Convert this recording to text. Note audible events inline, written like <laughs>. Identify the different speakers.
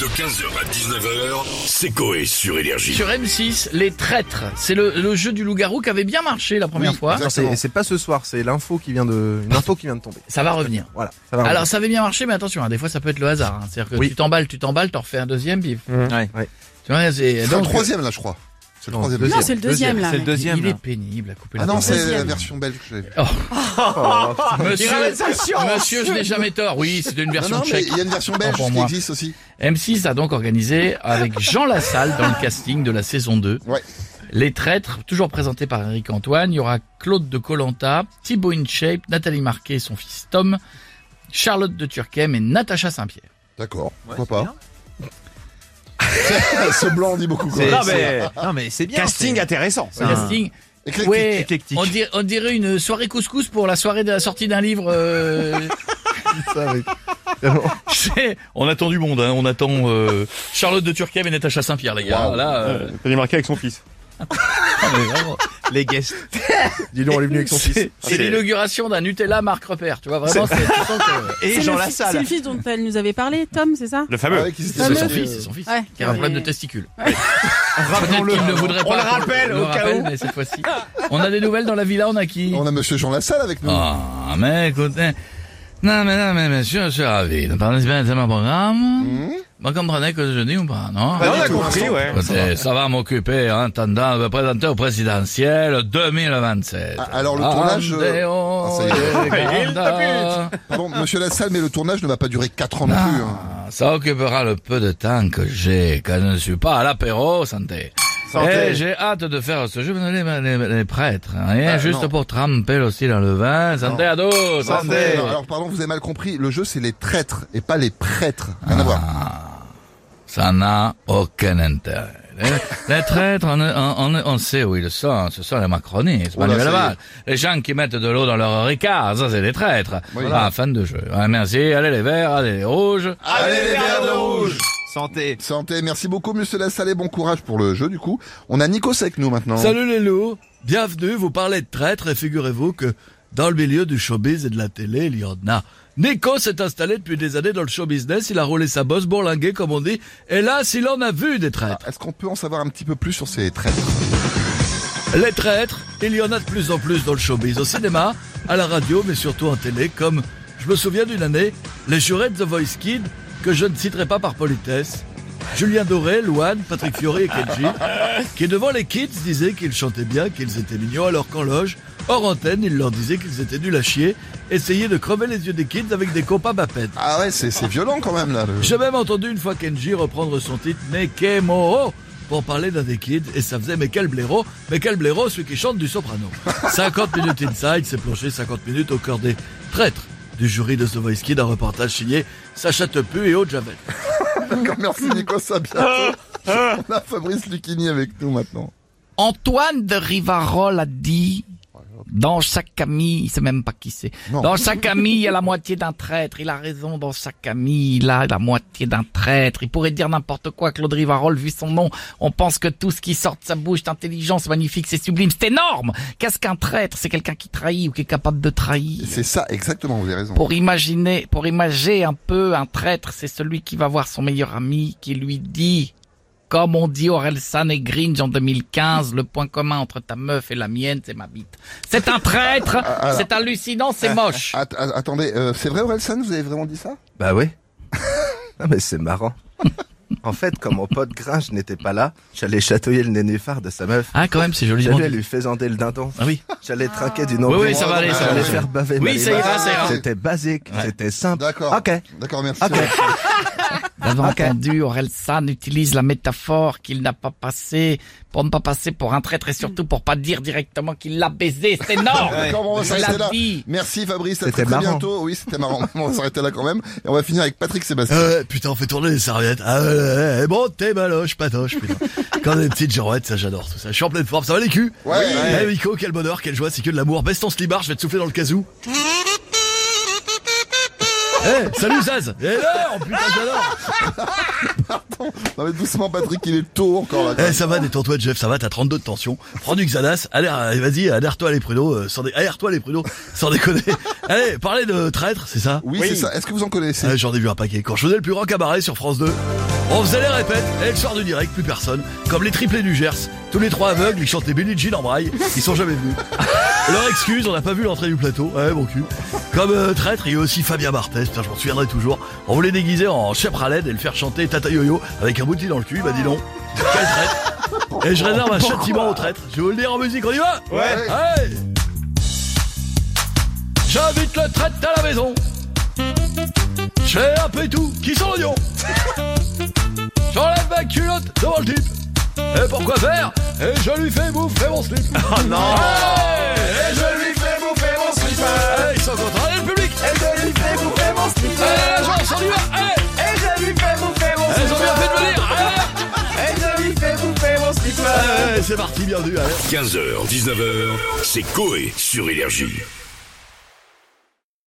Speaker 1: De 15h à 19h, c'est Coé sur Énergie.
Speaker 2: Sur M6, Les Traîtres. C'est le, le jeu du loup-garou qui avait bien marché la première
Speaker 3: Oui,
Speaker 2: fois.
Speaker 3: exact.
Speaker 4: Ah Non, c'est- c'est pas ce soir, c'est l'info qui vient de, une info qui vient de tomber.
Speaker 2: Ça va revenir.
Speaker 3: Ah
Speaker 4: Voilà, ça va.
Speaker 2: Alors ça avait bien marché, mais attention, hein, des fois ça peut être le hasard. hein. C'est-à-dire que
Speaker 4: Oui.
Speaker 2: tu t'emballes, tu t'emballes, t'en refais un deuxième, bif.
Speaker 3: Mmh.
Speaker 5: Ouais.
Speaker 4: Ouais.
Speaker 2: Tu vois, c'est
Speaker 3: C'est le
Speaker 2: donc,
Speaker 3: troisième là, je crois. C'est le
Speaker 4: Non,
Speaker 3: troisième.
Speaker 4: deuxième.
Speaker 6: Non, c'est le deuxième, là.
Speaker 5: C'est le
Speaker 6: mec.
Speaker 5: deuxième.
Speaker 2: Il
Speaker 5: là.
Speaker 2: est pénible à couper
Speaker 3: Ah
Speaker 2: la
Speaker 3: non,
Speaker 2: parole.
Speaker 3: c'est la
Speaker 6: Deuxième.
Speaker 3: version belge que j'ai.
Speaker 4: Oh, putain.
Speaker 2: Monsieur,
Speaker 5: ramène sa science.
Speaker 2: monsieur, je n'ai jamais tort. Oui, c'est une
Speaker 3: Non,
Speaker 2: version
Speaker 3: non, mais
Speaker 2: tchèque. Ah,
Speaker 3: il y a une version belge
Speaker 2: pour
Speaker 3: qui
Speaker 2: moi.
Speaker 3: existe aussi.
Speaker 2: M6 a donc organisé avec Jean Lassalle dans le casting de la saison 2.
Speaker 3: Ouais.
Speaker 2: Les traîtres, toujours présentés par Eric Antoine, il y aura Claude de Colanta, Thibaut InShape, Nathalie Marquet et son fils Tom, Charlotte de Turquem et Natacha Saint-Pierre.
Speaker 3: D'accord,
Speaker 5: Ouais,
Speaker 3: pourquoi pas. <laughs> Ce blanc en dit beaucoup. Quoi.
Speaker 5: C'est- Non mais, non, mais c'est bien.
Speaker 7: Casting
Speaker 5: c'est-
Speaker 7: intéressant.
Speaker 2: Le casting,
Speaker 3: Ah. Éclectique.
Speaker 2: ouais,
Speaker 5: éclectique.
Speaker 2: on dirait, on dirait une soirée couscous pour la soirée de la sortie d'un livre. euh, <laughs>
Speaker 4: Ça, <laughs> oui. Vraiment.
Speaker 2: c'est- on attend du monde, hein, on attend euh, Charlotte de Turquem et Natacha Saint-Pierre, les gars.
Speaker 3: Wow.
Speaker 2: Là, euh,
Speaker 7: T'as marqué avec son fils.
Speaker 2: mais vraiment.
Speaker 5: Les guests.
Speaker 4: Dis-le, on est venu avec son fils.
Speaker 2: C'est c'est
Speaker 7: C'est-
Speaker 2: l'inauguration d'un Nutella marque repère, tu vois, vraiment. c'est- tu <laughs> sens que-
Speaker 5: Et
Speaker 6: C'est
Speaker 5: Jean
Speaker 6: le fi- C'est
Speaker 5: Lassalle.
Speaker 6: le fils dont elle nous avait parlé, Tom, c'est ça
Speaker 7: Le
Speaker 3: Ah
Speaker 7: fameux.
Speaker 3: ouais, qui s'était
Speaker 2: C'est
Speaker 6: Fameux.
Speaker 2: son
Speaker 3: sorti,
Speaker 2: fils,
Speaker 3: euh,
Speaker 2: c'est son fils.
Speaker 6: Ouais,
Speaker 2: qui a un
Speaker 6: ouais.
Speaker 2: problème de testicules.
Speaker 3: Ah,
Speaker 5: Rappelons-le.
Speaker 2: Peut-être qu'il ne voudrait
Speaker 5: On
Speaker 2: pas.
Speaker 5: le
Speaker 2: qu'on
Speaker 5: rappelle,
Speaker 2: le
Speaker 5: au cas
Speaker 2: rappelle,
Speaker 5: où.
Speaker 2: mais cette
Speaker 3: <laughs>
Speaker 2: fois-ci. On a des nouvelles dans la villa, on a qui
Speaker 3: On a Monsieur Jean Lassalle avec nous.
Speaker 2: Ah, mais écoutez. Non, mais non, mais monsieur, je suis ravi de participer à mon programme.
Speaker 3: Hmm.
Speaker 2: Vous comprenez que je dis ou pas, non?
Speaker 5: Ouais,
Speaker 7: Ah, on
Speaker 5: du
Speaker 7: a
Speaker 5: tout,
Speaker 7: compris, ouais.
Speaker 2: Écoutez, ça va m'occuper hein, en attendant de présenter au présidentiel 2027.
Speaker 3: Ah, alors le tournage, euh,
Speaker 2: Andéon
Speaker 3: ah, ça y
Speaker 2: et
Speaker 3: est.
Speaker 2: Granda.
Speaker 3: Pardon, Monsieur Lassalle, mais le tournage ne va pas durer 4 ans non plus. hein.
Speaker 2: Ça occupera le peu de temps que j'ai quand je ne suis pas à l'apéro, santé.
Speaker 5: Santé.
Speaker 2: Et j'ai hâte de faire ce jeu, les, les, les prêtres, hein, et juste pour tremper aussi dans le vin, santé à tous,
Speaker 3: Non,
Speaker 2: santé.
Speaker 3: non, alors pardon, vous avez mal compris. Le jeu, c'est les traîtres et pas les prêtres. Rien
Speaker 2: Ah.
Speaker 3: à voir.
Speaker 2: Ça n'a aucun intérêt. Les, les traîtres, on, on, on, on sait où ils sont, ce sont les macronistes,
Speaker 3: Oh là,
Speaker 2: Manuel
Speaker 3: ça y est.
Speaker 2: Valls. Les gens qui mettent de l'eau dans leur ricard, ça c'est des traîtres.
Speaker 3: Oui.
Speaker 2: Ah, fin de jeu. Ah, merci, allez les verts, allez les rouges.
Speaker 3: Allez, les verres de
Speaker 5: rouge. Santé.
Speaker 3: Santé, merci beaucoup Monsieur Lassalle et bon courage pour le jeu du coup. On a Nikos avec nous maintenant.
Speaker 8: Salut les loups, bienvenue, vous parlez de traître et figurez-vous que dans le milieu du showbiz et de la télé, il y en a. Nico s'est installé depuis des années dans le show business, il a roulé sa bosse, bourlingué comme on dit, et là, s'il en a vu des traîtres.
Speaker 3: Est-ce qu'on peut en savoir un petit peu plus sur ces traîtres
Speaker 8: Les traîtres, il y en a de plus en plus dans le showbiz, au cinéma, à la radio, mais surtout en télé, comme je me souviens d'une année, les jurés de The Voice Kid, que je ne citerai pas par politesse, Julien Doré, Louane, Patrick Fiori et Kenji, qui devant les kids disaient qu'ils chantaient bien, qu'ils étaient mignons, alors qu'en loge, hors antenne, ils leur disaient qu'ils étaient nuls à chier, essayaient de crever les yeux des kids avec des copains bapettes.
Speaker 3: Ah ouais, c'est c'est violent quand même là. le-
Speaker 8: J'ai même entendu une fois Kenji reprendre son titre Nekemoho pour parler d'un des kids et ça faisait mais quel blaireau, mais quel blaireau celui qui chante du soprano. 50 minutes inside, c'est plongé 50 minutes au cœur des traîtres du jury de The Voice Kid, un reportage signé Sacha Tepu et Aude Javel.
Speaker 3: D'accord, <laughs> merci Nikos, à bientôt. On a Fabrice Lucchini avec nous maintenant.
Speaker 2: Antoine de Rivarol a dit dans chaque famille, il sait même pas qui c'est.
Speaker 3: Non.
Speaker 2: Dans chaque famille, il y a la moitié d'un traître. Il a raison. Dans chaque famille, il a la moitié d'un traître. Il pourrait dire n'importe quoi. Claude Rivarol, vu son nom, on pense que tout ce qui sort de sa bouche d'intelligence magnifique, c'est sublime, c'est énorme. Qu'est-ce qu'un traître C'est quelqu'un qui trahit ou qui est capable de trahir.
Speaker 3: C'est ça, exactement, vous avez raison.
Speaker 2: Pour imaginer, pour imager un peu un traître, c'est celui qui va voir son meilleur ami, qui lui dit, comme on dit Orelsan et Gringe en 2015, le point commun entre ta meuf et la mienne, c'est ma bite. C'est un traître,
Speaker 3: alors.
Speaker 2: c'est hallucinant, c'est moche.
Speaker 3: Att- att- attendez, euh, c'est vrai Orelsan, vous avez vraiment dit ça
Speaker 4: Bah ouais. <laughs> non mais c'est marrant. En fait, quand mon pote Gringe n'était pas là, j'allais chatouiller le nénuphar de sa meuf.
Speaker 2: Ah, quand même, c'est joliment
Speaker 4: J'allais
Speaker 2: dit.
Speaker 4: lui faisander le dindon.
Speaker 2: Ah oui.
Speaker 4: J'allais trinquer
Speaker 2: Oui,
Speaker 4: d'une embrouille.
Speaker 2: oui, ça va aller, ça va
Speaker 4: J'allais
Speaker 2: aller.
Speaker 4: faire baver
Speaker 2: Oui,
Speaker 4: ma
Speaker 2: ça ira,
Speaker 4: limace.
Speaker 2: ça ira.
Speaker 4: C'était basique, c'était simple.
Speaker 3: D'accord.
Speaker 4: Ok.
Speaker 3: D'accord, merci.
Speaker 4: Ok.
Speaker 2: Bien
Speaker 4: Ok.
Speaker 2: entendu, Orelsan utilise la métaphore qu'il n'a pas passée pour ne pas passer pour un traître et surtout pour pas dire directement qu'il l'a baisé. C'est énorme.
Speaker 3: D'accord, bon, on va
Speaker 2: Il
Speaker 3: s'arrêter
Speaker 2: l'a
Speaker 3: là.
Speaker 2: dit.
Speaker 3: Merci Fabrice, à
Speaker 4: C'était
Speaker 3: très, très
Speaker 4: marrant.
Speaker 3: bientôt. Oui, c'était marrant. on va s'arrêter là quand même. Et on va finir avec Patrick Sébastien.
Speaker 4: Euh.
Speaker 8: Ah ouais, putain, on fait tourner les serviettes. Ah ouais, ouais, ouais, ouais. bon, t'es maloche, patoche, putain. Quand des petites girouettes, ça j'adore tout ça. Je suis en pleine forme, ça va les culs
Speaker 3: Ouais.
Speaker 8: Eh, Nico, quel bonheur, quelle joie, c'est que de l'amour. Baisse ton slibard, je vais te souffler dans le casou. Eh, salut Zaz Eh non, putain, j'adore
Speaker 3: Non mais doucement Patrick, il est tôt encore là.
Speaker 8: Eh, ça va, détends-toi, Jeff, ça va, t'as 32 de tension. Prends du Xanax, allez, allez, vas-y, adhère-toi les pruneaux, euh, sans dé- adhère-toi les pruneaux, sans déconner. allez, parlez de traître, c'est ça
Speaker 4: Euh,
Speaker 3: Oui, c'est ça. Est-ce que vous en connaissez
Speaker 8: Ah, J'en ai vu un paquet. Quand je faisais le plus grand cabaret sur France 2, On faisait les répètes et le soir du direct, plus personne. Comme les triplés du Gers. Tous les trois aveugles, ils chantaient Billie Jean en braille. Ils sont jamais venus. Leur excuse, on n'a pas vu l'entrée du plateau. Ouais, bon cul. Comme euh, traître, il y a aussi Fabien Barthez. Putain, je m'en souviendrai toujours. On voulait déguiser en Chapraled et le faire chanter Tata Yo-Yo avec un bouti dans le cul. Bah dis donc. Quel <laughs> traître. Et je réserve un châtiment au traître. Je vais vous le dire en musique, on y va
Speaker 5: Ouais.
Speaker 8: Hey J'invite le traite à la maison. J'ai un peu tout qui sent <laughs> l'oignon. J'enlève ma culotte devant le type. Et pourquoi faire Et je lui fais bouffer mon <laughs> slip.
Speaker 5: Oh non
Speaker 8: Hey Et je lui fais bouffer mon slip. Hey, ils sont contents. Allez, le public. Et je lui fais bouffer mon slip. Allez, la chance, on y va. Hey
Speaker 5: Et je lui fais bouffer mon
Speaker 8: Ils ont bien fait de venir. Allez,
Speaker 5: Et je lui fais bouffer mon slipper
Speaker 8: Hey, c'est parti, bienvenue. Allez.
Speaker 1: 15h, 19h, c'est Coé sur Énergie.